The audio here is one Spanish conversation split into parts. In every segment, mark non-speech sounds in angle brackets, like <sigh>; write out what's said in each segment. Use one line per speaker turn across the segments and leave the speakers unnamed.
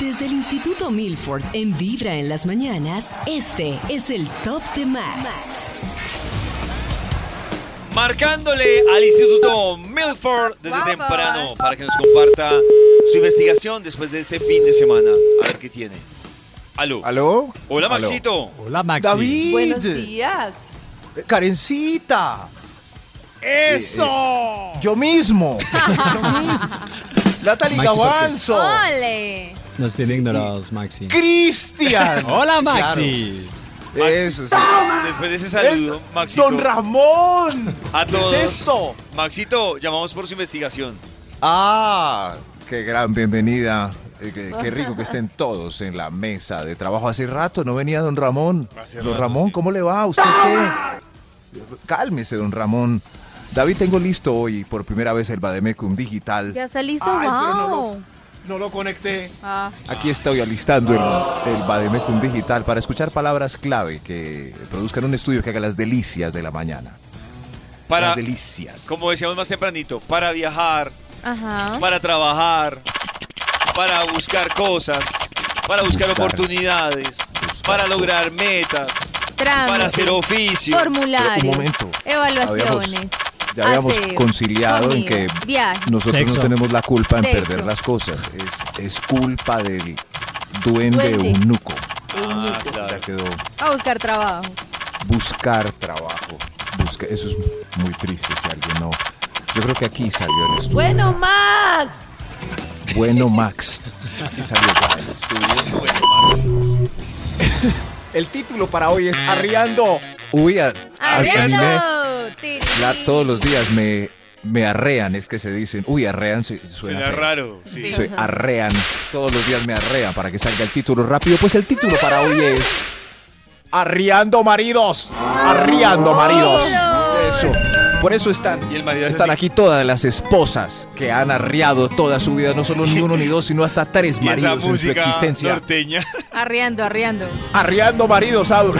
Desde el Instituto Milford en Vibra en las mañanas, este es el Top de Max.
Marcándole al Instituto Milford desde temprano para que nos comparta su investigación después de este fin de semana. A ver qué tiene. Aló.
¿Aló?
Hola,
Aló.
Maxito.
Hola, Maxi.
David.
Buenos días.
Karencita. Eh,
¡Eso!
Yo mismo. yo mismo.
Maxi, ¿por
Natalie
qué?
Gavanzo.
¡Ole!
Nos tiene ignorados, Maxi.
Cristian.
Hola, Maxi.
Claro. Eso sí.
Después de ese saludo,
El-
Maxito.
¿Eh? Don Ramón.
A
¿Qué
todos.
es esto?
Maxito, llamamos por su investigación.
Ah, qué gran bienvenida. Eh, Qué, qué rico que estén todos en la mesa de trabajo. Hace rato no venía don Ramón.
Hace
Don
rato,
Ramón,
sí.
¿cómo le va? ¿Usted qué? Cálmese, don Ramón. David, tengo listo hoy por primera vez el Bademecum Digital.
¿Ya está listo?
Ay, pero no
¡Wow!
No lo conecté.
Ah,
Aquí estoy alistando el, el Bademecum Digital para escuchar palabras clave que produzcan un estudio que haga las delicias de la mañana.
Para,
las delicias.
como decíamos más tempranito, para viajar,
ajá.
para trabajar, para buscar cosas, para buscar,
Buscar.
oportunidades, para lograr metas, para
Trámites.
hacer oficio.
Formularios.
Pero un momento.
Evaluaciones.
Ya habíamos
aseo,
conciliado en
comida,
que
Viaje.
nosotros
Sexo.
no tenemos la culpa en
Sexo.
perder las cosas. Es, es culpa del duende,
Duende.
eunuco.
Ah, claro.
Ya quedó
A buscar trabajo.
buscar trabajo. Busca- eso es muy triste si alguien no. Yo creo que aquí salió el estudio.
Bueno, Max.
Bueno, Max. Aquí salió ya el estudio.
Bueno, Max.
El título para hoy es Arriando.
Uy, a- arreané.
¡Arriendo! Tiri.
Ah, La- todos los días me, me arrean, es que se dicen, uy, arrean, su- suena,
Suena
feo.
raro. Sí.
Sí.
Soy arrean, todos los días me arrean para que salga el título rápido. Pues el título para hoy es
Arriando maridos. Arriando maridos.
¡Maridos!
eso. Por eso están,
Y el marido es
están
así.
aquí todas las esposas que han arreado toda su vida, no solo ni uno ni dos, sino hasta tres
<laughs> Y esa
maridos en su
música
existencia. <laughs>
norteña.
Arriendo, arriendo.
Arriando maridos, abro.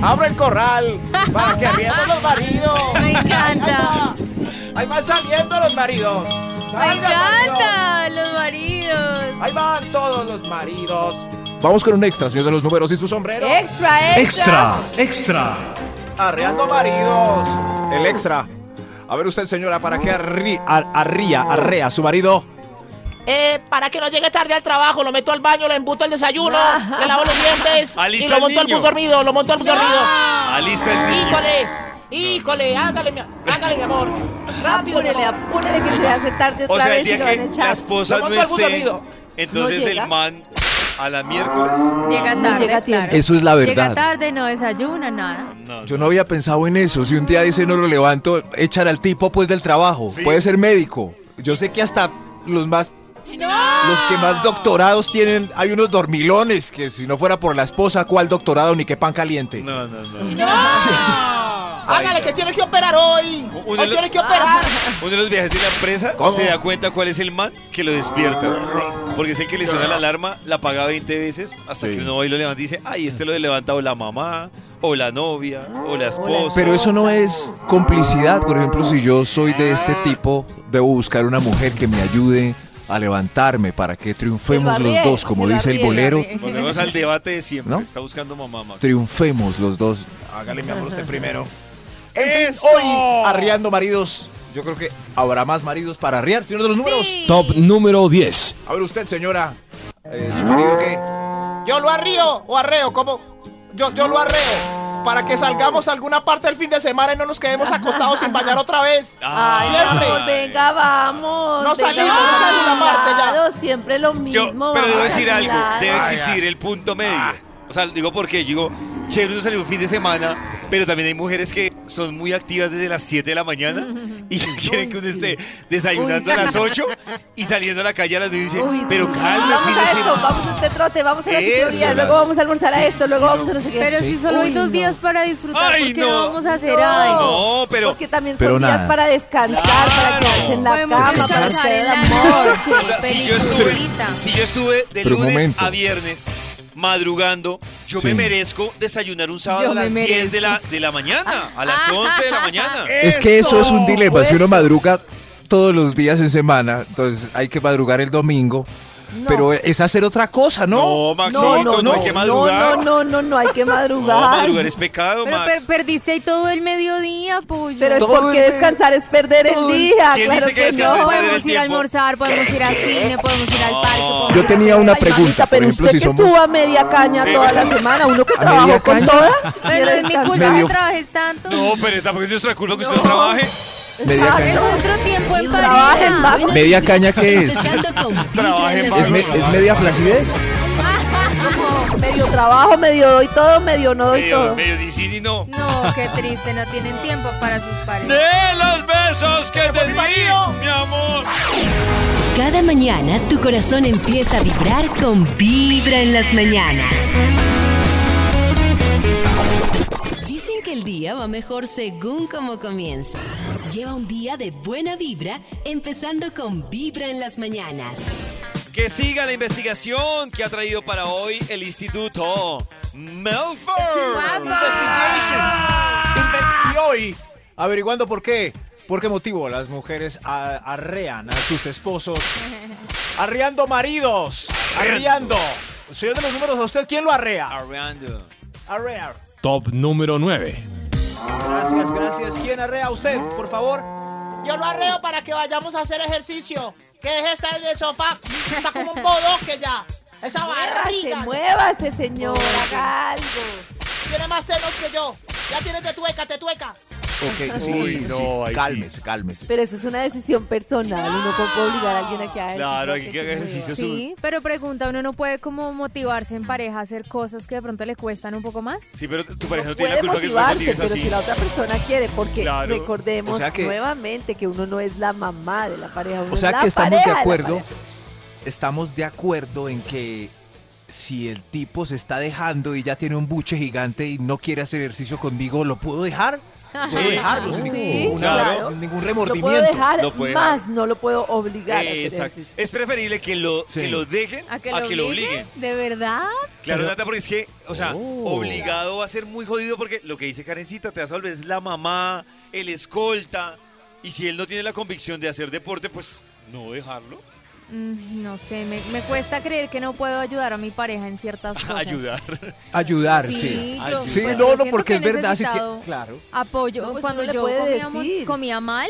Abro el corral para que arriendo los maridos.
<laughs> Me encanta.
Ahí van saliendo los maridos.
Me
Salgan, maridos.
encanta. Los maridos.
Ahí van todos los maridos. ¿Eh?
Vamos con un extra, señor de los números y su sombrero.
Extra, extra.
Arreando maridos. El extra. A ver usted, señora, ¿para qué arri- ar- arría, arrea su marido?
Eh, para que no llegue tarde al trabajo, lo meto al baño, le embuto el desayuno, le lavo los dientes
Alista
y lo
al
monto al
niño.
bus dormido, lo monto al bus dormido.
Alista Ah, el niño.
Híjole, híjole, hágale, mi, hágale, mi amor. Rápido, mi
Apúrele,
amor.
apúrele que se hace tarde otra
O sea, el
vez y
día
lo van a
que la
echar.
esposa
Lo
no
monto al bus
esté,
dormido.
entonces
No llega.
el man a la miércoles.
Llega tarde,
Llega tiempo.
claro.
Eso es la
Llega
verdad.
tarde, no desayuna, nada.
No,
Yo no había pensado en eso. Si un día dice no lo levanto, echar al tipo pues del trabajo. Puede ser médico. Yo sé que hasta los más los que más doctorados tienen, hay unos dormilones que si no fuera por la esposa, ¿cuál doctorado ni qué pan caliente?
no, no, no.
Hágale, que tiene que operar hoy.
Uno de
Hoy
los-
tiene que operar.
Uno de los viajes de la empresa
¿Cómo?
se da cuenta cuál es el man que lo despierta. Porque es el que le suena la alarma, la paga 20 veces hasta
Sí.
que uno va y lo levanta y dice, ay, este lo levanta o la mamá, o la novia, o la esposa.
Pero eso no es complicidad. Por ejemplo, si yo soy de este tipo, debo buscar una mujer que me ayude a levantarme para que triunfemos
Silva
los
bien,
dos, como
Silva
dice el
bien,
bolero.
bien.
Volvemos al debate de siempre.
¿No?
Está buscando mamá, Max.
Triunfemos los dos.
Hágale, mi amor, usted primero.
¡Eso!
Hoy,
Oh.
arriando maridos.
Yo creo que habrá más maridos para arriar, señor de los números.
Top número 10.
A ver usted, señora. Eh, ¿Su marido qué?
Yo lo arrío o arreo, como yo, yo lo arreo. Para que salgamos a alguna parte el fin de semana y no nos quedemos acostados sin bañar otra vez.
Ay,
Siempre.
ay.
Venga, vamos.
No
venga,
salimos
vamos
a ninguna parte ya.
lado, Siempre lo mismo.
Yo, pero
vamos
debo
a
decir
algún
algo,
lado.
Ah,
debe existir el punto medio. O sea, digo porque digo, chévere uno salir un fin de semana, Pero también hay mujeres que son muy activas desde las 7 de la
<laughs>
mañana y quieren que uno esté desayunando
Uy,
a las
sí.
8 y saliendo a la calle a las 9 y dice,
Uy, sí.
pero calma,
Vamos a
fíjese".
esto, vamos a este trote, vamos a la
Eso,
ciclovía,
la-
luego vamos a almorzar a esto, luego vamos a no sé qué.
Pero si solo hay
Uy,
dos
no.
días para disfrutar,
Ay,
¿por qué no.
no.
vamos a hacer
No.
algo?
No, pero
Porque también son
Pero
días
nada.
para descansar, para
Claro.
quedarse en la
Podemos
cama,
descansar
para hacer
en
el
la
amor.
noche,
o sea, si, yo estuve,
peliculita.
si yo estuve de
Pero un
lunes
momento.
a viernes madrugando, yo
Sí.
me merezco desayunar un sábado
Yo
a
me
las 10 de la, de la mañana, a
Ah.
las 11 de la
<laughs>
mañana.
Es que eso es un dilema. Si uno
Eso.
madruga todos los días en semana, entonces hay que madrugar el domingo. Pero es hacer otra cosa, ¿no?
No, Maxito, no, hay que madrugar.
No, no, no, no, hay que
No,
madrugar.
madrugar es pecado,
Pero
Max.
per- perdiste ahí todo el mediodía, Puyo.
Pero es
Todo
porque
el-
descansar es perder el
todo el-
día.
¿Quién
claro
dice que
que
descansar es
no.
perder
podemos
el
ir a
tiempo.
almorzar, podemos ir a cine, podemos ir al parque. podemos
Yo
ir a
tenía
hacer
una
Ay,
pregunta,
mamita,
por
pero
ejemplo,
usted
si
que
somos-
estuvo a media caña
Sí.
toda la semana, uno que
¿A media
trabajó con
caña?
toda.
Pero no
quiere
es mi
descansar.
culpa
Medio-
que trabajes tanto.
No, pero tampoco es nuestra culpa que usted no trabaje.
Media
Exacto.
Es
caña.
nuestro tiempo en
Trabajen,
pareja.
vamos.
¿Media caña qué es?
Empezando
<laughs>
con vibra
Trabajen,
en las
¿Es, me-
mañanas.
es media flacidez?
Medio trabajo, medio doy todo, medio no doy
Medio,
todo.
medio dicen y no.
No, qué triste, no tienen tiempo para sus parejas.
De los besos que te di, mi amor.
Cada mañana tu corazón empieza a vibrar con vibra en las mañanas. Dicen que el día va mejor según como comienza. Lleva un día de buena vibra empezando con vibra en las mañanas.
Que siga la investigación que ha traído para hoy el Instituto Melford.
Y hoy, averiguando por qué, por qué motivo las mujeres a- arrean a sus esposos. Arreando maridos. Arreando. Señor de los números, ¿a usted quién lo arrea?
Arreando.
Arrear.
Top número 9.
Gracias, gracias. ¿Quién arrea a usted, por favor?
Yo lo arreo para que vayamos a hacer ejercicio. Que deje estar en el sofá. Está como un bodoque ya. Esa
Muévase,
barriga.
muévase, señor, haga algo.
Tiene más senos que yo. Ya tienes de tueca, te tueca.
Ok, sí,
Uy, no,
sí,
ahí sí.
Cálmese, cálmese.
Pero eso es una decisión personal, uno no puede obligar a alguien a que haga
Claro, hay que
se
haga
mueva.
ejercicio.
Sí, pero pregunta, ¿uno no puede como motivarse en pareja a hacer cosas que de pronto le cuestan un poco más? <laughs>
Sí, pero tu pareja no tiene la
Puede
culpa que tú te
motivarse,
motives
pero si
así.
la otra persona quiere, porque
Claro.
recordemos
O sea que-
nuevamente que uno no es la mamá de la pareja. uno
O
es
sea
la
que estamos
pareja
de
la
acuerdo,
pareja.
estamos de acuerdo en que si el tipo se está dejando y ya tiene un buche gigante y no quiere hacer ejercicio conmigo, ¿lo puedo dejar? Puedo
Sí.
dejarlo sin
Sí,
ningún,
claro.
sin ningún
Lo puedo
remordimiento.
dejar,
Lo puede
más no lo puedo obligar a hacer
Exacto.
ejercicio.
Es preferible que lo,
Sí.
que lo dejen
¿A que lo, obliguen? ¿De verdad?
Claro,
Pero-
Nata, porque es que, o sea,
Oh.
obligado va a ser muy jodido porque lo que dice Karencita, te vas a volver es la mamá, el escolta, y si él no tiene la convicción de hacer deporte, pues no dejarlo,
Mm, no sé, me, me cuesta creer que no puedo ayudar a mi pareja en ciertas cosas.
<laughs>
ayudar.
Ayudar, sí.
Sí, yo,
Sí,
pues, yo
no, no,
siento
porque
he
es verdad, así que...
necesitado
Claro.
Apoyo.
No, pues
Cuando
uno le
yo
puede
comía, mo-
decir.
comía mal,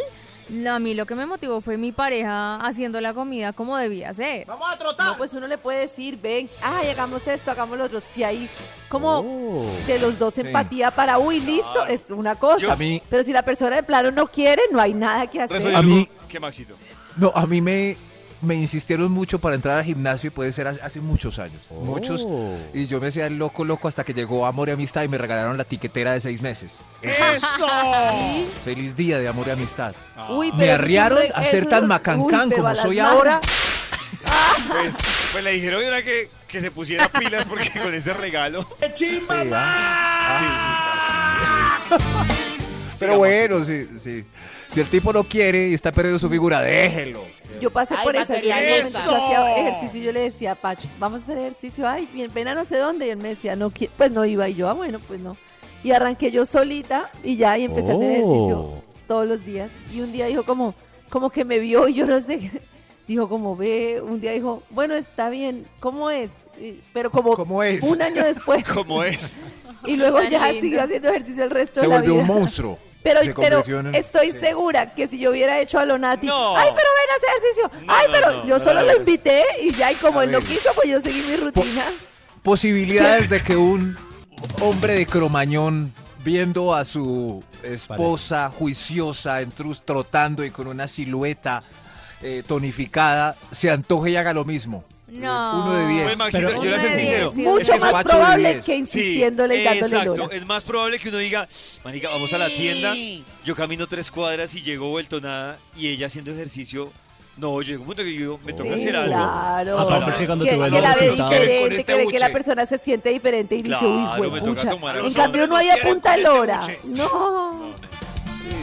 lo- a mí lo que me motivó fue mi pareja haciendo la comida como debía ser.
Vamos a trotar.
No, pues uno le puede decir, ven, ay, hagamos esto, hagamos lo otro. Si hay como de los dos
Oh. Sí.
empatía para, uy, listo, es una cosa.
Yo- A mí-
Pero si la persona de plano no quiere, no hay nada que hacer.
Resolver
A mí-
que Maxito.
No, a mí me, me insistieron mucho para entrar al gimnasio y puede ser hace, hace muchos años. Muchos. Y yo me hacía el loco, loco hasta que llegó Amor y Amistad y me regalaron la tiquetera de seis meses.
Eso.
Feliz día de Amor y Amistad.
"Ah,
Uy,
Me
pero eso
arriaron
es un re-
a ser
es un
tan
re-
macancán
Uy, pero
como
a las
soy
manos.
ahora.
Pues, pues le dijeron era que, que se pusiera pilas porque <laughs> con ese regalo.
Sí, ah. Pero
Sigamos,
bueno, sí, sí. Si el tipo no quiere y está perdiendo su figura, déjelo.
Yo pasé
Ay,
por esa en algún momento
materialista.
yo hacía ejercicio y yo le decía a Pacho, vamos a hacer ejercicio, ay, bien pena no sé dónde. Y él me decía, no, qui- pues no iba. Y yo, ah, bueno, pues no. Y arranqué yo solita y ya, y empecé a hacer
Oh.
ejercicio todos los días. Y un día dijo como, como que me vio y yo no sé. <laughs> Dijo como, ve, un día dijo, bueno, está bien, ¿cómo es? Y- Pero como
¿Cómo es?
un año
<laughs>
después.
<laughs> ¿Cómo es?
Y luego
Tan
ya
lindo.
siguió haciendo ejercicio el resto
Se
de la
volvió
vida.
un monstruo.
Pero,
Se
pero
convirtió en un-
estoy
sí.
segura que si yo hubiera hecho a Lonati,
No.
ay, pero ven a hacer ejercicio,
No,
ay,
no,
pero
no,
yo
no
solo
la
lo
ves.
invité y ya, y como
La
él no
ves.
quiso, pues yo seguí mi rutina.
Posibilidades de que un hombre de cromañón viendo a su esposa juiciosa en trus trotando y con una silueta eh, tonificada se antoje y haga lo mismo.
No.
Uno de diez.
Pues, Maxito,
Pero-
yo le
Uno
soy
de
sincero.
diez, sí,
es que
Mucho
es
más
Pacho de
probable
diez.
que insistiéndole y dándole
exacto.
lora.
Es más probable que uno diga, manica, vamos a la tienda, yo camino tres cuadras y llego vuelto nada, y ella haciendo ejercicio, no, yo llego a un punto que yo digo, me toca
Sí,
hacer algo.
Claro.
Aparte es que cuando te ven
que
los
la ve
resultados-
diferente,
Con este
que ve que la
buche.
persona se siente diferente y dice, uy,
Claro, me toca
juepucha".
tomar
En
los
cambio
hombres,
no hay apunta lora. No.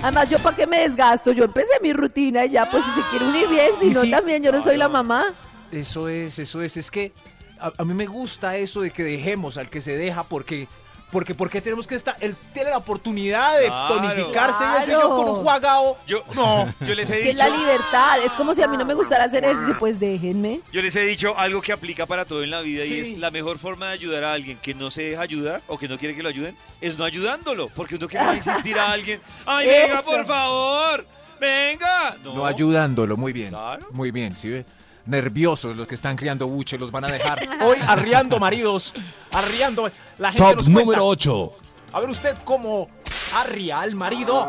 Además, yo para qué me desgasto, yo empecé mi rutina y ya, pues si se quiere unir bien, si
Y
no
sí,
también, yo no soy la mamá.
Eso es, eso es. Es que a, a mí me gusta eso de que dejemos al que se deja porque... Porque, porque tenemos que estar, él tiene la oportunidad de
Claro.
tonificarse y eso, y
Claro.
yo con un juagao.
Yo, no, yo les he
<laughs> Que es la
dicho, Ah.
libertad, es como si a mí no me gustara hacer ejercicio, pues déjenme.
yo les he dicho algo que aplica para todo en la vida y
Sí.
es la mejor forma de ayudar a alguien que no se deja ayudar o que no quiere que lo ayuden es no ayudándolo, porque uno quiere insistir a alguien, ay, venga, por favor, venga. No,
No ayudándolo, muy bien.
Claro.
Muy bien, ¿sí ve? Nerviosos los que están criando buche, los van a dejar.
Hoy arriando maridos, arriando. La gente
Top
nos cuenta.
número 8.
A ver usted cómo arria al marido.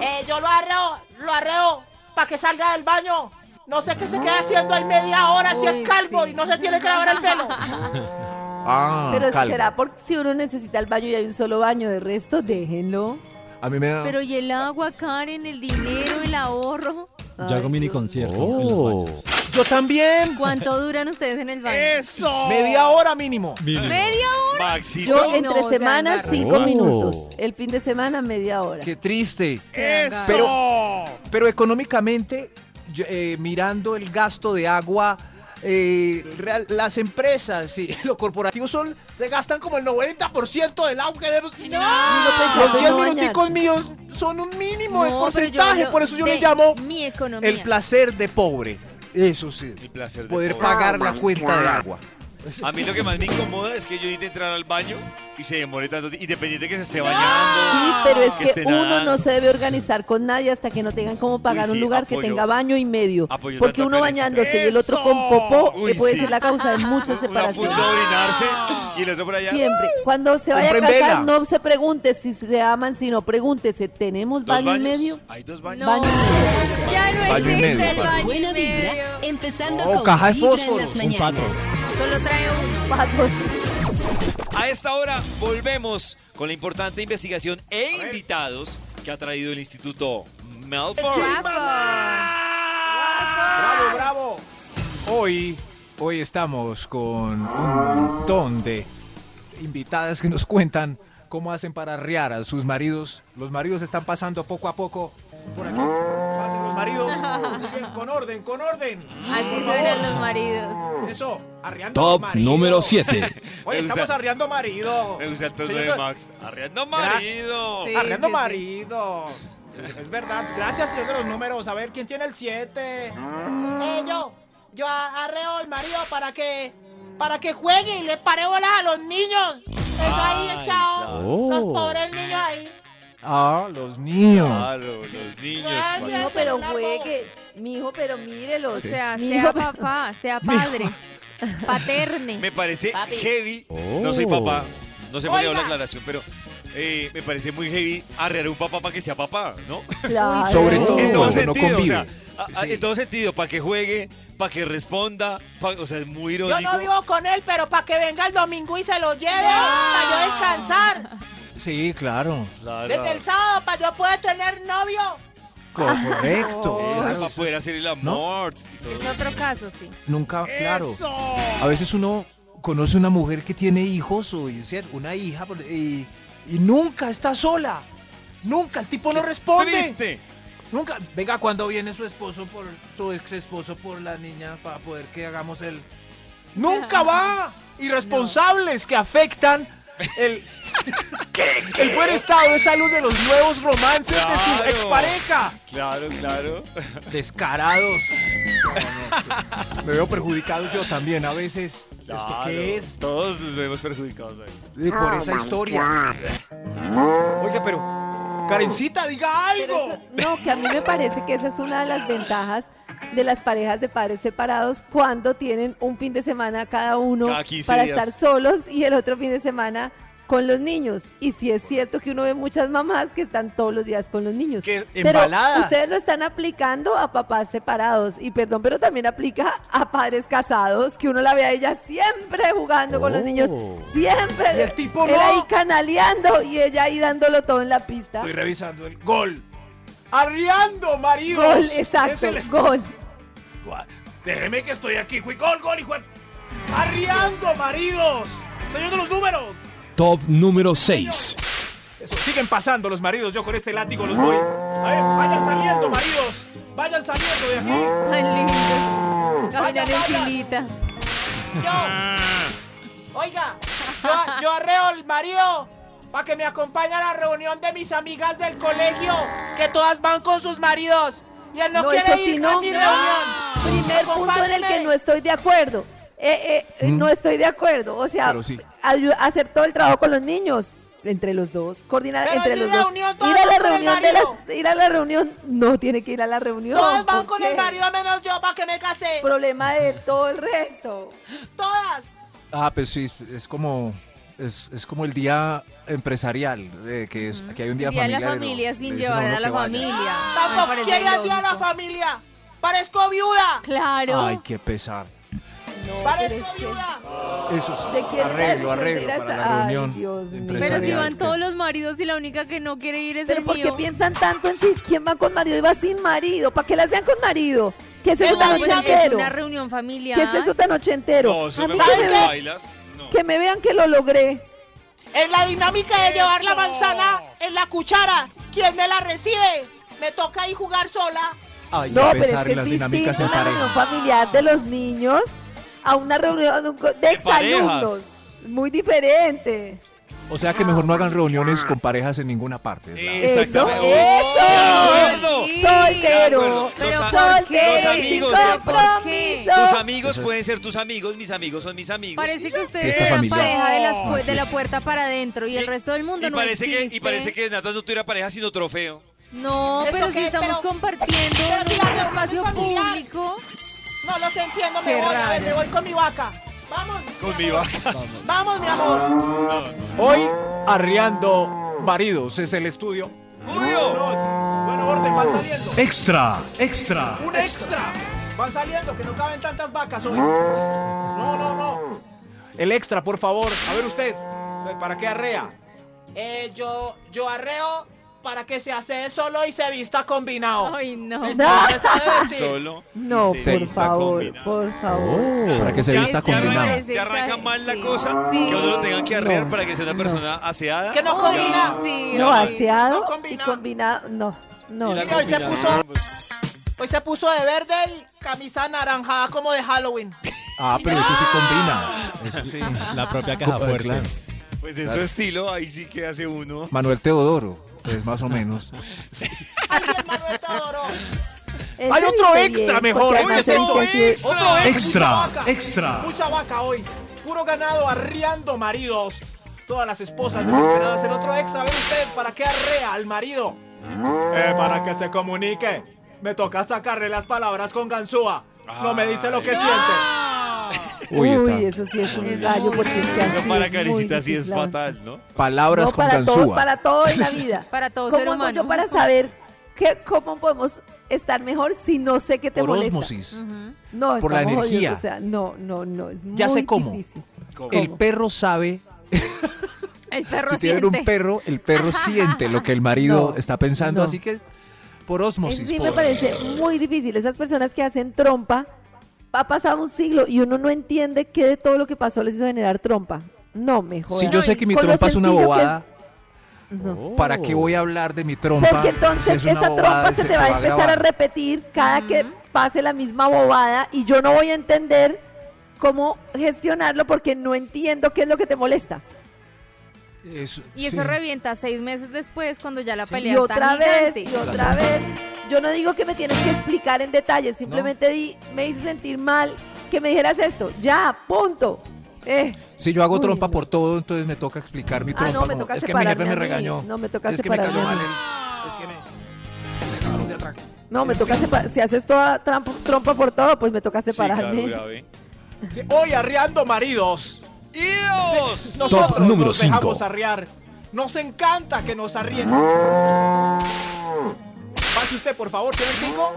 Eh, yo lo arreo, lo arreo para que salga del baño. No sé qué se queda haciendo ahí media hora si es
Uy,
calvo
sí.
y no se tiene que lavar el pelo.
Ah,
Pero
calma.
será porque si uno necesita el baño y hay un solo baño, de resto, déjenlo.
A mí me da...
Pero y el agua, Karen, el dinero, el ahorro.
Yo Oh. hago mini concierto en los
Oh.
baños.
Yo también.
¿Cuánto duran ustedes en el baño?
Eso.
Media hora mínimo.
¿Media hora?
Maxito,
Yo
Ay, no,
entre
o sea,
semanas
agarra.
cinco
Oh.
minutos, el fin de semana media hora.
Qué triste.
Eso.
Pero, pero económicamente, yo, eh, mirando el gasto de agua, eh, real- las empresas y <laughs> los corporativos son...
Se gastan como el 90% del agua que debemos.
Uno
Los 10
pensando no
minuticos
bañarse.
míos son un mínimo de
No, pero yo
porcentaje,
hablo
por eso yo le
de
llamo
Mi economía.
El placer de pobre. Eso sí.
el placer de
Poder
pobre.
pagar la cuenta de agua.
A mí lo que más me incomoda es que yo intento entrar al baño y se demore tanto, ti- independiente que se esté bañando.
Sí, pero es
Que
que
esté
uno
nadando.
no se debe organizar con nadie hasta que no tengan cómo pagar
Uy,
un
sí,
lugar que
apoyo.
tenga baño y medio.
Apoyo
Porque
tanta
uno
Karencita.
bañándose y el otro con popó que
Uy,
puede
sí.
ser la causa de
Una
muchas
a punto de
separaciones.
orinarse y el otro por allá.
Siempre. Cuando se vaya a
Compren vela.
casar, no se pregunte si se aman, sino pregúntese, ¿tenemos
¿Dos
baño y
baños?
medio?
Hay dos baños.
No,
Baño
ya no
Baño y medio,
existe el
para-
baño
Buena
y medio.
vibra, empezando
Oh,
con
caja de
vibra en
fósforos,
las
un
mañanas.
Solo trae un...
Patos.
A esta hora volvemos con la importante investigación e invitados que ha traído el Instituto Melford.
Guapo.
¡Bravo, bravo!
Hoy, hoy estamos con un montón de invitadas que nos cuentan cómo hacen para arriar a sus maridos. Los maridos están pasando poco a poco.
Por aquí. Pasen los maridos. Muy bien, con orden, con orden.
Así suenan los maridos.
Eso, arriando
Top
marido.
número 7.
Oye,
Me
estamos
gusta.
arriando marido.
Me gusta el tono
Señor,
de Max. Arriendo marido.
Sí.
Arriando
sí.
maridos. Es verdad. Gracias, señor de los números. A ver, ¿quién tiene el 7?
Eh, yo, yo a- arreo al marido para que, para que juegue y le pare bolas a los niños. Eso ahí
Ay,
echado. Los pobres niños ahí.
Ah, los niños.
Claro, los niños.
Gracias.
cuando-
Mijo, pero juegue. Mijo, pero mírelo.
O sea,
Mijo,
sea
pero-
papá, sea padre, paterne.
Me parece
Papi.
heavy. No soy papá. No sé por qué hago la
Oiga.
aclaración, pero eh, me parece muy heavy arrear a un papá para que sea papá,
<laughs>
¿no?
Claro.
Sobre todo
en todo
cuando no
sentido, o
convive.
sea, a- a- en todo sentido, para que juegue, para que responda, pa- o sea, es muy
Yo
irónico.
no vivo con él, pero para que venga el domingo y se lo lleve para yo descansar.
Sí, claro.
Claro. Eh,
Desde este el sábado para yo poder tener novio.
Correcto.
Eso,
Eso,
para poder hacer el amor. y todo.
Es otro caso, sí.
Nunca, claro. A veces uno conoce una mujer que tiene hijos o y- sí, una hija por- y, y nunca está sola. Nunca, el tipo no responde.
Triste.
Nunca. Venga, cuando viene su esposo por su ex esposo por la niña para poder que hagamos el.
Nunca va. Irresponsables que afectan
<laughs>
el, el buen estado de salud de los nuevos romances
Claro.
de su expareja.
Claro,
<laughs>
claro.
Descarados. No, no, Me veo perjudicado yo también a veces. ¿Esto
Claro.
qué es?
Todos nos vemos perjudicados ahí.
Eh, por esa historia.
Oiga, pero Karencita, diga
Pero
algo.
eso- no, que a mí me parece que esa es una de las ventajas de las parejas de padres separados cuando tienen un fin de semana cada uno
Cada 15
para
días.
estar solos y el otro fin de semana con los niños. Y sí es cierto que uno ve muchas mamás que están todos los días con los niños.
Que
pero
embaladas.
ustedes lo están aplicando a papás separados. Y perdón, pero también aplica a padres casados, que uno la ve a ella siempre jugando con los niños. Siempre.
Oh. Y el tipo
Él
no.
ahí canaleando y ella ahí dándolo todo en la pista.
Estoy revisando el gol. Arriando, maridos.
Gol,
Es
exacto,
el est-
gol.
Gua- Déjeme que estoy aquí. güey. Gol, gol, hijo. de- Arriando, maridos. Señor de los números.
Top número 6.
Eso, siguen pasando los maridos. Yo con este látigo los voy. A ver, vayan saliendo, maridos. Vayan saliendo de aquí.
Tan lindos. Caminar en
Vaya, vaya.
filita.
Yo. Oiga, yo, yo arreo al marido para que me acompañe a la reunión de mis amigas del colegio, que todas van con sus maridos. Y él no,
No,
quiere
eso
ir
sí
a
no.
mi
No.
reunión.
Primer punto en el que no estoy de acuerdo. Eh, eh, No estoy de acuerdo. O sea,
Mm. Pero sí.
ayu- hacer todo el trabajo con los niños. Entre los dos, coordinar
Pero
entre
en
los
mi
dos.
reunión todos
Ir a la
van con el
reunión de
marido.
las, ir a la reunión, no tiene que ir a la reunión.
Todas van
¿por
con
qué?
el marido menos yo para que me case.
Problema de todo el resto.
Todas.
Ah, pues sí, es como, es, es como el día empresarial, eh, que, es, que hay un día,
Día de
familiar,
la
y no,
familia
le
sin
dicen a
llevar
uno
a la
que vaya.
familia.
Tampoco
Me parece
quiere al día de la
ilógico.
familia. Parezco viuda.
Claro.
Ay, qué pesar.
No, pero es
Parezco
que
viuda.
Eso sí,
¿De quién
arreglo,
era? Si
arreglo
era
para
esa-
la
Ay,
reunión
Dios
Pero
mío.
si
empresarial.
van todos los maridos y la única que no quiere ir es
Pero
el
¿por qué
mío.
piensan tanto en si quién va con marido y va sin marido? ¿Para qué las vean con marido? ¿Qué es eso
Ay,
tan
pues, es
ochentero?
una reunión familiar.
¿Qué es eso tan ochentero?
No,
A
eso
mí
me
que me
parece que
vean-
bailas. No.
Que me vean que lo logré.
En la dinámica de llevar la manzana en la cuchara, ¿quién me la recibe? Me toca ahí jugar sola.
Ay,
No,
a
pero es
pesar
que
las
es
dinámicas
distinto
en
una
pareja.
reunión familiar de los niños a una reunión de exalumnos.
parejas.
Muy diferente.
O sea que mejor no hagan reuniones con parejas en ninguna parte. es la-
Eso,
Exactamente. Oh,
eso.
acuerdo.
Sí.
Soltero.
De acuerdo. Los a-
Soltero.
los
sin
amigos de-
¿Por qué?
Tus
compromiso.
amigos pueden ser tus amigos, mis amigos son mis amigos.
Parece que este ustedes
Fiesta
eran
familiar.
pareja de, las pu- de la puerta para adentro y el
Y-
resto del mundo
y
no
parece que
existe.
Y parece que Nata no tuviera pareja sino trofeo.
No,
¿Esto
pero si
qué?
estamos
Pero-
compartiendo
pero si
en
la
un
reunión es
espacio
familiar.
público.
No los entiendo, me
Qué
voy, a ver,
raro.
me voy con mi vaca. Vamos,
Con mi Ah. vaca.
vamos, mi amor.
Hoy, arriando maridos es el estudio.
¡Julio!
Bueno, bueno, orden, van saliendo.
Extra, extra.
Un extra. Van saliendo, que no caben tantas vacas hoy. No, no, no. El extra, por favor. A ver usted, ¿para qué arrea?
Eh, yo, yo arreo para que se hace solo y se vista combinado.
Ay, no.
Esto no
<laughs>
se sabe decir.
Solo.
No,
y se
por
vista
favor,
combinado.
por favor.
Para que se
Ya-
vista
ya arranca-
combinado.
Ese
Ya arranca
exagerado.
mal la
Sí.
cosa.
Sí.
Que uno lo tengan que arrear para que sea una persona aseada.
Que no
Ay,
combina.
sí,
No,
ay.
aseado
No
y
combinado.
combinado. No, no.
Y la
Mira, hoy se
combinada,
puso-
pues,
Hoy se puso de verde y camisa anaranjada como de Halloween.
Ah, pero eso sí combina. Eso sí.
La propia caja
Claro.
fuerte.
Pues de su estilo, ahí sí que hace uno.
Manuel Teodoro, pues más o menos.
Alguien, Manuel te adoró.
Él
Hay
se
otro
viste
extra
bien,
mejor.
porque
Hoy
además
es
se
esto.
viste así.
Otro
Extra,
Mucha vaca.
extra.
Mucha vaca hoy. Puro ganado, arriando maridos. Todas las esposas desesperadas. El otro extra, a ver usted, ¿para qué arrea al marido? Eh, para que se comunique. Me toca sacarle las palabras con ganzúa. No me dice lo que siente.
Uy, está.
Uy, eso sí es un
Es
gallo
muy
porque es que
raro.
así
Pero para
es muy
Carecita sí es
difícil, la verdad.
fatal, ¿no?
Palabras
No,
con
para todo,
ganzúa.
para
<laughs>
todo en la vida.
Para todo
¿Cómo
ser
hago
humano.
yo para saber qué, cómo podemos estar mejor si no sé qué te
Por
molesta?
osmosis.
Ujú.
No,
Por la
estamos jodidos,
energía.
o sea, no, no, no, es
Ya
muy
sé cómo.
difícil.
El perro sabe,
El perro
si tienen un
siente.
perro, el
<laughs>
perro siente lo que el marido
No,
está pensando,
no.
así que por
Eso
osmosis.
sí me
por-
parece muy difícil. Esas personas que hacen trompa, ha pasado un siglo y uno no entiende qué de todo lo que pasó les hizo generar trompa. No, mejor.
Si yo sé que mi trompa es una bobada, Oh. ¿para qué voy a hablar de mi trompa? si
Porque entonces
es una
esa
bobada,
trompa se te va a empezar a
grabar?
repetir cada que pase la misma bobada y yo no voy a entender cómo gestionarlo porque no entiendo qué es lo que te molesta.
Eso,
Y eso
sí.
revienta seis meses después cuando ya la pelea
Y otra
está
vez,
gigante.
y otra vez. Yo no digo que me tienes que explicar en detalle, simplemente di- me hizo sentir mal que me dijeras esto. Ya, punto. Eh,
Si yo hago
Uy,
trompa
no.
por todo, entonces me toca explicar mi
Ah,
trompa.
no, me
como,
toca
es que mi jefe
separarme
me
a mí.
regañó.
No, me toca
es que me cayó
separarme a
mal
mí.
el- Es que me...
no, me toca separar. Si haces toda trampa- trompa por todo, pues me toca
Sí, claro,
separarme.
grave.
Sí, Hoy arriando maridos.
¡Dios!
Nosotros
número
nos
cinco.
dejamos arriar. Nos encanta que nos arrien. Pase usted, por favor, ¿tiene el cinco?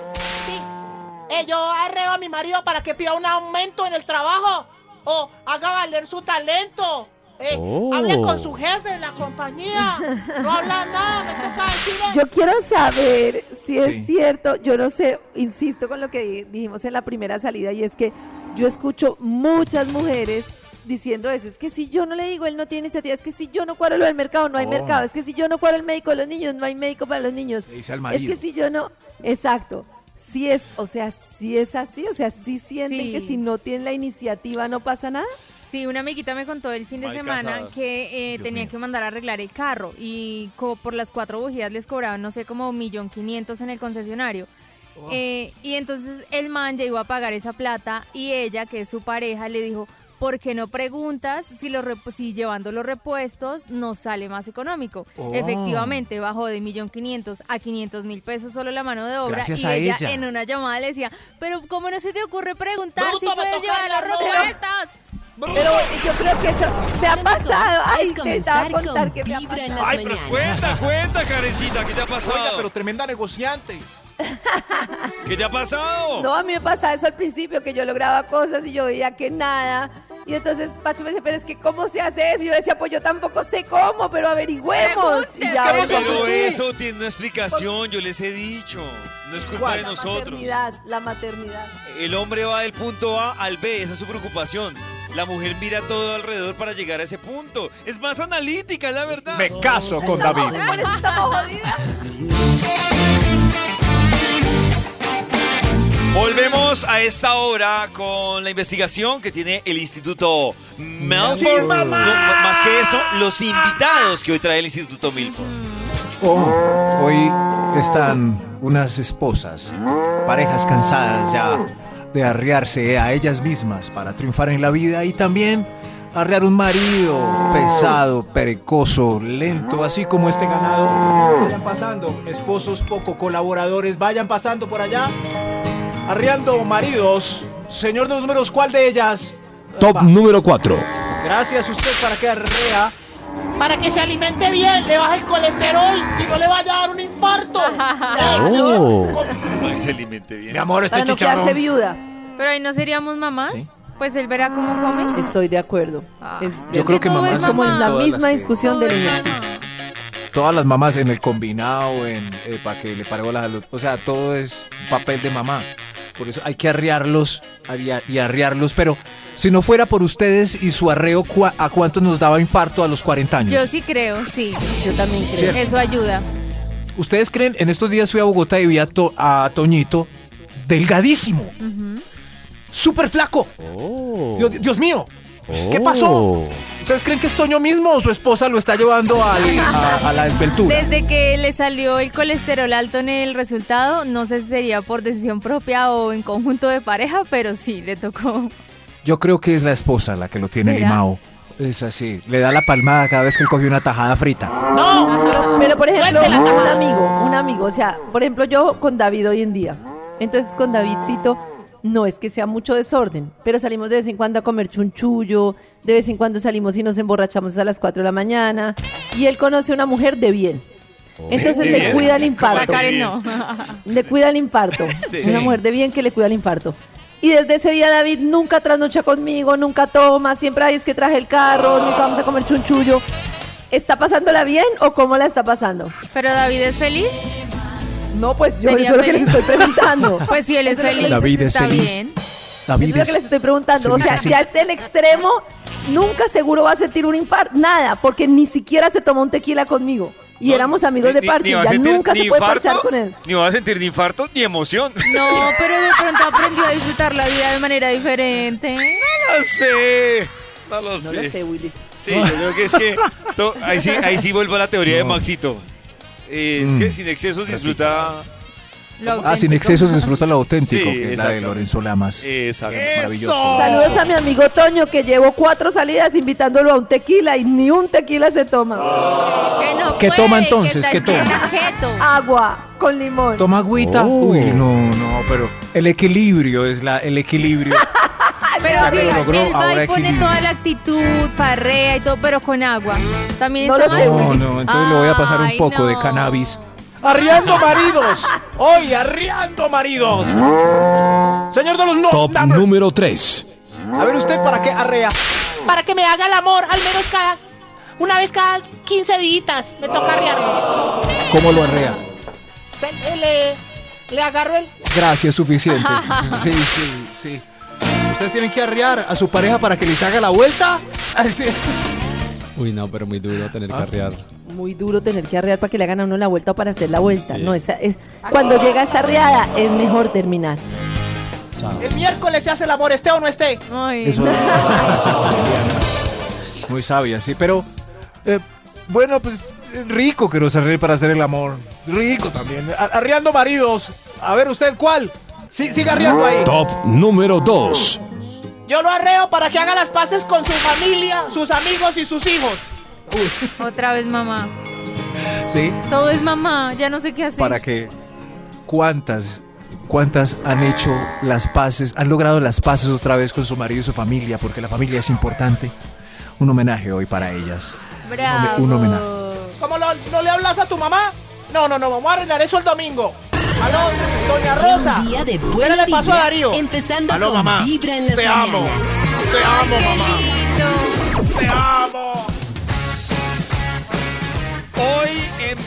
Sí. Eh, yo arreo a mi marido para que pida un aumento en el trabajo o haga valer su talento. Eh,
Oh.
Hable con su jefe en la compañía. No habla nada, me toca decirle.
Yo quiero saber si es
Sí.
cierto, yo no sé, insisto con lo que di- dijimos en la primera salida y es que yo escucho muchas mujeres diciendo eso, es que si yo no le digo, él no tiene iniciativa, es que si yo no cuadro lo del mercado, no hay
Oh.
mercado, es que si yo no cuadro el médico de los niños, no hay médico para los niños.
Le dice al
Es
marido.
que si yo no, exacto, si es, o sea, si es así, o sea, si sienten
Sí.
que si no tienen la iniciativa no pasa nada.
Sí, una amiguita me contó el fin de
Mal
semana
casadas.
que eh,
Dios
tenía
mío.
que mandar a arreglar el carro y co- por las cuatro bujías les cobraban, no sé, como millón quinientos en el concesionario.
Oh.
Eh, y entonces el man ya iba a pagar esa plata y ella, que es su pareja, le dijo, ¿por qué no preguntas si, los rep- si llevando los repuestos nos sale más económico?
Oh.
Efectivamente, bajó de millón quinientos a quinientos mil pesos solo la mano de obra
Gracias
y
a
ella,
ella.
en una llamada le decía, pero ¿cómo no se te ocurre preguntar
Bruto,
si
me
puedes
toca
llevar
la
los
ropa.
repuestos?
Pero yo creo que eso me ha pasado. Ay,
Puedes
te estaba a
comenzar
contar
con
que me ha
Vibra en
pasado.
las
Ay, pero
mañanas.
cuenta, cuenta, carecita, ¿qué te ha
Oiga,
pasado?
pero tremenda negociante.
¿Qué te ha pasado?
No, a mí me pasaba eso al principio, que yo lograba cosas y yo veía que nada. Y entonces Pacho me dice, pero es que ¿cómo se hace eso? Y yo decía, pues yo tampoco sé cómo, pero averigüemos.
Pregunte,
Y ya
es que
vemos
Pero
aquí.
eso tiene una explicación, yo les he dicho. No es culpa de
La
nosotros.
maternidad, la maternidad.
El hombre va del punto A al B, esa es su preocupación. La mujer mira todo alrededor para llegar a ese punto. Es más analítica, es la verdad.
Me caso con David.
Por eso estamos jodidas.
Volvemos a esta hora con la investigación que tiene el Instituto Milford. No, no, más que eso, los invitados que hoy trae el Instituto Milford.
Oh, hoy están unas esposas, parejas cansadas ya de arrearse a ellas mismas para triunfar en la vida y también arrear un marido pesado, perecoso, lento, así como este ganado.
ganado. Vayan pasando, esposos poco colaboradores, vayan pasando por allá. Arriando maridos, señor de los números, ¿cuál de ellas?
Top
Va.
número 4.
Gracias usted para que arrea.
Para que se alimente bien, le baje el colesterol y no le vaya a dar un infarto.
Oh.
Eso.
Ay, se alimente bien.
Mi amor, este
Para no
chicharrón.
quedarse viuda.
Pero ahí no seríamos mamás. Pues él verá cómo come.
Estoy de acuerdo.
Ah.
Es-
Yo
es
creo que
todo
mamás
es como
son
en la
todas las
misma
que-
discusión del ejercicio.
Todas las mamás en el combinado, en para que le paró la salud. O sea, todo es papel de mamá. Por eso hay que arriarlos arriar- y arriarlos. Pero si no fuera por ustedes y su arreo, ¿cua- ¿a cuántos nos daba infarto a los 40 años?
Yo sí creo, sí.
Yo también creo.
Cierto.
Eso ayuda.
¿Ustedes creen? En estos días fui a Bogotá y vi a, To- a Toñito delgadísimo. Súper flaco.
Oh.
Dios, Dios mío. ¿Qué
Oh.
pasó? ¿Ustedes creen que es Toño mismo o su esposa lo está llevando al- a, a la desveltura?
Desde que le salió el colesterol alto en el resultado, no sé si sería por decisión propia o en conjunto de pareja, pero sí, le tocó.
Yo creo que es la esposa la que lo tiene
¿Será?
limado. Es así, le da la palmada cada vez que él coge una tajada frita. Ah,
Pero, pero, por ejemplo, un amigo, un amigo, o sea, por ejemplo, yo con David hoy en día. Entonces con Davidcito no es que sea mucho desorden, pero salimos de vez en cuando a comer chunchullo, de vez en cuando salimos y nos emborrachamos a las 4 de la mañana y él conoce a una mujer de bien. Entonces le cuida el
La
imparto.
Karen no.
Le cuida
<laughs>
el imparto.
Sí.
Una mujer de bien que le cuida el imparto. Y desde ese día David nunca trasnocha conmigo, nunca toma, siempre "Ay, es que traje el carro, nunca vamos a comer chunchullo. ¿Está pasándola bien o cómo la está pasando?
<laughs> Pero David es feliz.
No, pues yo
¿Sería
eso es lo que les
feliz?
estoy <laughs> preguntando.
Pues sí, él es
Eso es lo
feliz.
<laughs>
que-
David es
está
feliz.
bien.
David
Eso es lo que les
es-
estoy preguntando.
se
O
me
sea,
hace-
ya es el extremo. Nunca seguro va a sentir un infarto. Nada, porque ni siquiera se tomó un tequila conmigo. Y
No,
éramos amigos
ni-
de
ni-
parche.
ni va a
Ya
sentir
nunca
ni
se puede
infarto,
parchar con él.
Ni va a sentir ni infarto ni emoción.
No, pero de pronto aprendió a disfrutar la vida de manera diferente.
No lo sé. No lo
No
sé.
lo sé, Willis.
Sí, yo creo que es que. to- ahí, sí, ahí sí vuelvo a la teoría de
No.
Maxito. Eh,
Mm.
que sin excesos disfruta.
Lo
Ah, sin
auténtico.
excesos disfruta lo auténtico,
Sí,
que es la de
exacto.
Lorenzo Lamas.
Exacto.
Maravilloso.
Saludos a mi amigo Toño, que llevo cuatro salidas invitándolo a un tequila y ni un tequila se toma.
Que no
¿Qué
puede,
toma entonces?
que
¿Qué
también
toma?
es jeto.
Agua con limón.
Toma agüita.
<laughs>
Oh.
Uy, no, no, pero el equilibrio es la, el equilibrio.
Pero Pero
Ahora
sí,
que lo logró,
el
ahora
Bay pone
equilibrio.
toda la actitud, farrea y todo, pero con agua. También
No
está
lo
mal?
sé.
No, no, entonces le voy a pasar un
Ay,
poco de
no.
cannabis.
Arriando maridos. Hoy arriando maridos. Señor de los no.
Top
damas.
número 3.
A ver usted para qué arrea.
Para que me haga el amor, al menos cada. Una vez cada 15 días me toca arriarme.
¿Cómo lo arrea?
Se- eh, le, le agarro el.
Gracias, suficiente. Sí, sí,
<laughs>
sí. Ustedes tienen que arrear a su pareja para que les haga la vuelta. Así.
Uy, no, pero muy duro tener que arrear.
Muy duro tener que arrear para que le hagan a uno la vuelta o para hacer la vuelta. No, esa es cuando llega esa arreada es mejor terminar.
Chao.
El miércoles se hace el amor, esté o no esté.
Ay,
Eso es. Muy sabia, sí, pero. eh, bueno, pues eh, rico que nos arree para hacer el amor. Rico también.
Bien, a- Arriando maridos. A ver usted cuál. Sí, sigue arriando ahí.
Top número 2.
Yo lo arreo para que haga las paces con su familia, sus amigos y sus hijos.
otra vez mamá.
Sí,
Todo es mamá, ya no sé qué hacer.
para que. ¿Cuántas? ¿Cuántas han hecho las paces? ¿Han logrado las paces otra vez con su marido y su familia? Porque la familia es importante. Un homenaje hoy para ellas.
Bravo.
Un homenaje.
¿Cómo lo- no le hablas a tu mamá? No, no, no, vamos a arreglar eso el domingo. Aló, doña
Lleva
Rosa.
Un día de
¿Qué
buena
le pasó
vibra,
a Darío?
empezando
Aló,
con
mamá.
vibra en las
Te amo.
mañanas.
Te
Ay,
amo,
qué
mamá.
lindo.
Te amo.
Hoy en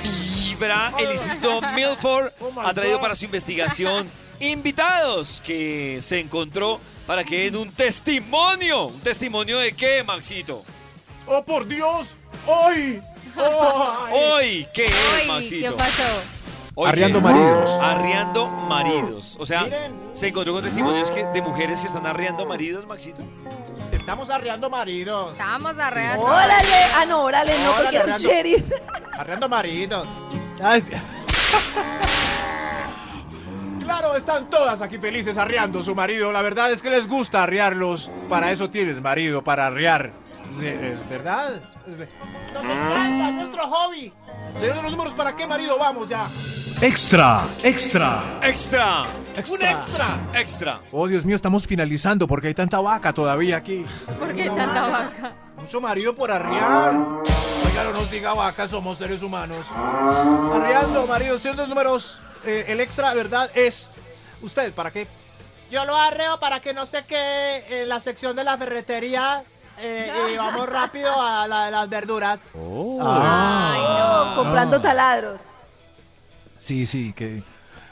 Vibra, el Instituto Milford ha traído para su investigación invitados que se encontró para que den un testimonio. ¿Un testimonio de qué, Maxito?
Oh, por Dios.
<laughs>
Hoy.
Oh,
Hoy, ¿qué es,
Uy, ¿qué
Maxito?
pasó?
Hoy, ¿qué
Arriando
es?
maridos.
Arriando maridos. O sea, se encontró con testimonios que- de mujeres que están arriando maridos, Maxito.
Oh, Estamos arreando maridos.
Estábamos arreando.
Órale, ah no, órale, no
Órale,
porque era un
Orlando.
sheriff. <laughs>
Arreando maridos.
Ay, sí.
<laughs> Claro, están todas aquí felices arreando su marido. La verdad es que les gusta arrearlos. Para eso tienes marido, para arrear. Sí, Es verdad. Es ve-
Ah.
Nos encanta, es nuestro hobby.
Señor de los números, ¿para qué marido vamos ya?
Extra, extra.
Extra,
Un extra.
extra.
Oh, Dios mío, estamos finalizando porque hay tanta vaca todavía aquí.
¿Por qué tanta vaca?
Mucho marido por arrear. Oiga, no nos diga vaca, somos seres humanos. Arreando, marido, señor de los números. eh, el extra, ¿verdad? Es. ¿Usted para qué?
Yo lo arreo para que no se quede en la sección de la ferretería eh, y vamos rápido a la de las verduras.
Ay, no.
Comprando taladros.
Sí, sí, que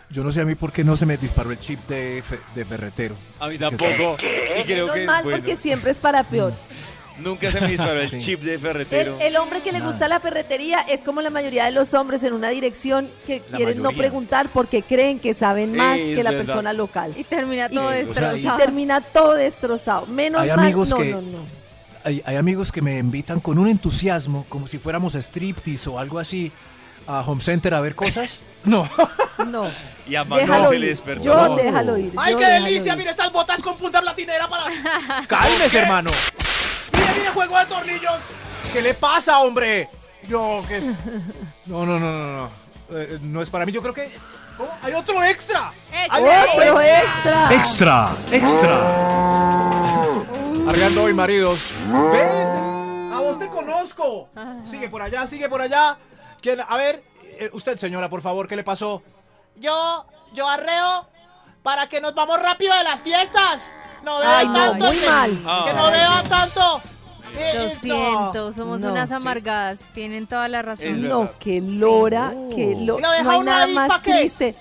yo no sé a mí por qué no se me disparó el chip de, fe- de ferretero.
A mí tampoco. Y creo
Menos
que,
mal
bueno, Mm,
porque siempre es para peor.
nunca se me disparó el chip de ferretero.
El, el hombre que le gusta la ferretería es como la mayoría de los hombres en una dirección que
La
quieren no
mayoría.
preguntar porque creen que saben más
Es
que la
verdad.
persona local.
Y termina
Y-
todo
o
sea,
destrozado.
y-
Y termina todo destrozado. Menos
Hay
mal.
amigos
no,
que-
no, no.
Hay, hay amigos que me invitan con un entusiasmo, como si fuéramos a striptease o algo así, a Home Center a ver cosas. <laughs> No.
No.
Y a Manuel
Déjalo
se le
ir.
despertó.
Yo déjalo ir.
¡Ay,
yo
qué
déjalo
delicia!
ir.
Mire estas botas con punta platinera para.
Cálmese, hermano.
¡Mire, mire, juego de tornillos!
¿Qué le pasa, hombre? Yo, ¿qué es?
No, no, no, no, no. Eh, no es para mí. Yo creo que
¿Cómo? ¡Hay otro extra!
Extra,
Otro extra.
Extra, extra.
arreando hoy maridos.
¿Ves?
Mm.
A vos te conozco.
Ah.
Sigue por allá, sigue por allá. ¿Quién? A ver, eh, usted, señora, por favor, ¿qué le pasó?
Yo, yo arreo para que nos vamos rápido de las fiestas. No veo
Ay, no,
tanto.
muy
que,
mal.
que
Ah.
no veo tanto.
Lo
Esto.
siento, somos
No.
unas
Sí.
amargadas. Tienen toda la
Es
razón.
verdad.
No, que lora,
Sí.
que lo,
Y
no
lo deja
hay
uno
nada
ahí, ¿pa'
más
qué?
triste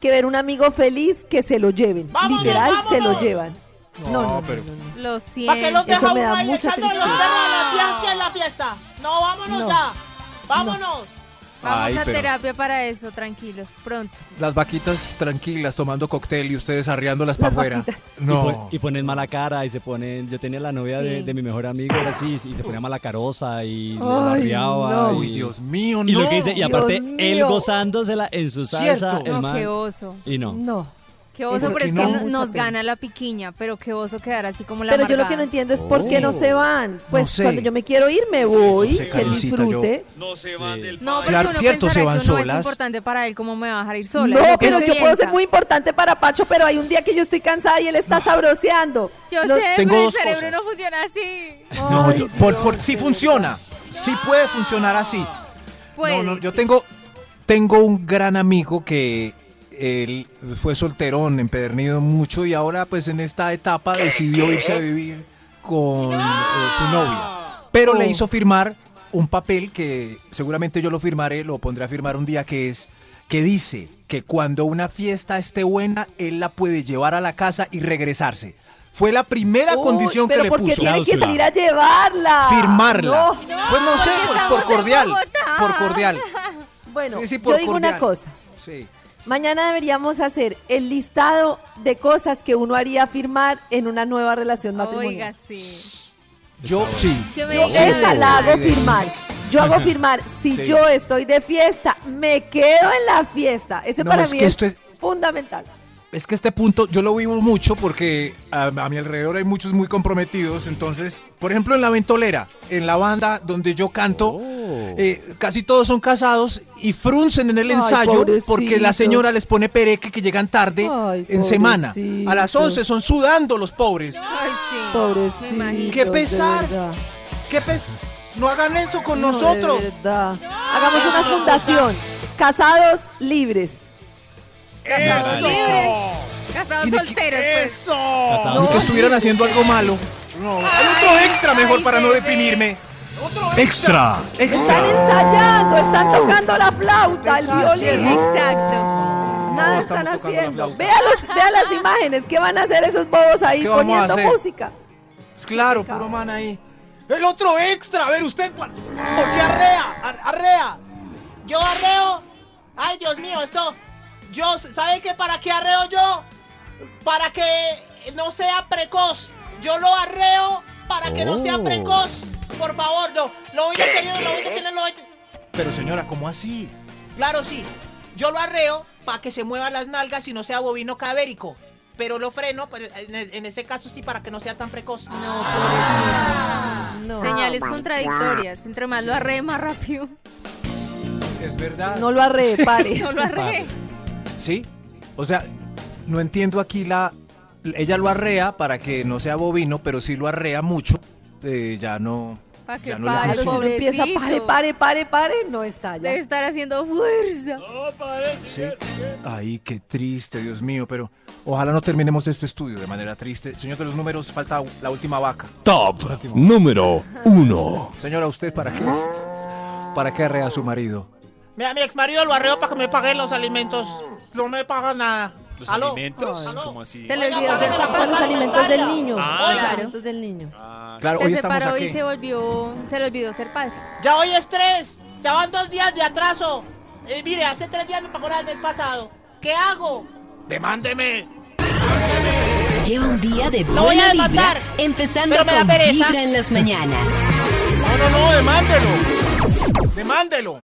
que ver un amigo feliz que se lo lleven.
Vámonos,
Literal, se lo
vámonos.
llevan. No, no, no,
pero-
no, no.
Lo
¿Para qué los
siento.
deja
me
uno
da
ahí
mucha
echándole los
tristeza.
perros a las tías que en la fiesta? No, vámonos
No.
ya. Vámonos.
Vamos
Ay,
a
pero-
terapia para eso, tranquilos, pronto.
Las vaquitas tranquilas tomando cóctel y ustedes arriándolas para
Las
afuera.
vaquitas.
Y,
No.
pon- y ponen mala cara y se ponen. Yo tenía la novia de,
Sí.
de mi mejor amigo, era así, y se ponía mala carosa y le
Ay,
barriaba.
no.
Uy,
y,
Dios mío, no.
y lo que dice, y
Dios
aparte, él
mío.
gozándosela en su salsa.
Cierto.
El
No,
man,
qué oso.
y no.
No.
Qué oso,
Eso
pero es
me
que
da
no-
mucha
nos
pena.
gana la piquiña, pero qué oso quedar así como la
Pero yo lo que
amargada.
no entiendo es por qué no se van. Pues
sé.
cuando yo me quiero ir, me voy,
sé,
que
Karencita, yo-
disfrute.
No se van del
No, porque
Claro,
uno
cierto, se
pensará
van
que uno
solas.
es importante para él, ¿cómo me va a dejar ir sola? Es
No,
lo que
pero
uno
yo puedo ser
piensa.
muy importante para Pacho, pero hay un día que yo estoy cansada y él está sabroseando.
Yo
No-
sé,
tengo
pero el
dos
cerebro
cosas.
no funciona así.
No,
Ay,
yo- por, por,
Dios,
sí
de
funciona. Sí puede funcionar así.
Puede.
No, no, yo tengo, tengo un gran amigo que él fue solterón, empedernido mucho y ahora pues en esta etapa decidió irse a vivir con eh, su novia. Pero
Oh.
le hizo firmar un papel que seguramente yo lo firmaré, lo pondré a firmar un día que es que dice que cuando una fiesta esté buena, él la puede llevar a la casa y regresarse. Fue la primera
Uy,
condición que
pero
le
¿por qué
puso
tiene que
Cláusula.
salir a llevarla?
firmarla.
No.
pues no sé,
porque
pues
estamos
por
en
cordial,
Bogotá.
por cordial.
Bueno,
Sí, sí,
yo
por
digo
cordial.
una cosa.
Sí.
Mañana deberíamos hacer el listado de cosas que uno haría firmar en una nueva relación
Oiga,
matrimonial.
sí.
Yo sí.
Que me
Yo
digan la
esa la
verdad.
hago firmar. Yo hago firmar. Si
Sí.
yo estoy de fiesta, me quedo en la fiesta. Ese
No,
para
es
mí
que
es,
esto es-
fundamental.
Es que este punto yo lo vivo mucho porque a, a mi alrededor hay muchos muy comprometidos. Entonces, por ejemplo, en la ventolera, en la banda donde yo canto, eh, casi todos son casados y fruncen en el
Ay,
ensayo porque la
pobrecitos.
señora les pone pereque que llegan tarde
Ay,
en semana. A las
pobrecitos.
11 son sudando los pobres.
Ay, sí. Me
Pobrecito.
imagino.
Qué pesar.
de verdad.
¿Qué pes? No hagan eso con
No, de
nosotros.
verdad. Hagamos una fundación. Casados libres.
Casados libres. Casados solteros, pues.
Casados.
Ni que estuvieran haciendo algo malo.
Hay otro
Ay,
extra
ay,
mejor para no
bebé.
deprimirme.
extra,
Están
extra,
ensayando, están tocando la flauta, el violín.
Exacto.
Nada
No,
están
estamos tocando la
haciendo.
flauta.
Vean, los, vean las imágenes. ¿Qué van a hacer esos bobos ahí
¿Qué vamos a
poniendo
hacer?
música?
Claro, puro man ahí.
El otro extra. A ver, usted. ¿cuál?
Porque arrea, ar- arrea. Yo arreo. Ay, Dios mío, esto. Yo, ¿sabe qué? ¿Para qué arreo yo? Para que no sea precoz. Yo lo arreo para que no sea
Oh.
precoz. Por favor, no. Lo voy a tener, lo voy a tener, lo voy a tener.
Pero señora, ¿cómo así?
Claro, sí. Yo lo arreo para que se muevan las nalgas y no sea bovino cadavérico. Pero lo freno, pues, en, es- en ese caso sí, para que no sea tan precoz.
No, pobrecito.
Ah,
No.
Señales contradictorias. Entre más lo arre, más rápido. <laughs>
Es verdad.
No lo arre,
<laughs>
pare.
No lo arre.
¿Sí? O sea, no entiendo aquí la... Ella lo arrea para que no sea bovino, pero si lo arrea mucho, eh, ya no...
Para que
Ya no la
pare,
Claro, si uno
pobrecito.
empieza, pare, pare, pare, pare, no está
Debe
ya.
estar haciendo fuerza.
Sí. Ay, qué triste, Dios mío, pero ojalá no terminemos este estudio de manera triste. Señor de los números, falta la última vaca.
top número uno.
Señora, ¿usted para qué? ¿Para qué arrea a su marido?
Mira, mi ex marido lo arreo para que me pague los alimentos. No me paga nada.
¿Los
¿Aló?
alimentos?
Aló.
¿Cómo así?
Se le
Oiga,
olvidó hacer
póngame la
Son los
papá.
papa.
alimentos del niño.
Ah,
los
claro.
alimentos del niño.
Ah,
Claro, hoy
Se
estamos
separó y
aquí.
se volvió, se le olvidó ser padre.
Ya hoy es tres. Ya van dos días de atraso. Eh, mire, hace tres días me pagó la del mes pasado. ¿Qué hago? ¡Demándeme!
Lleva un día de
Lo voy a
buena vibra,
demandar,
empezando
pero me da
con
pereza. <laughs>
vibra en las mañanas.
No, no, no, demándelo. Demándelo.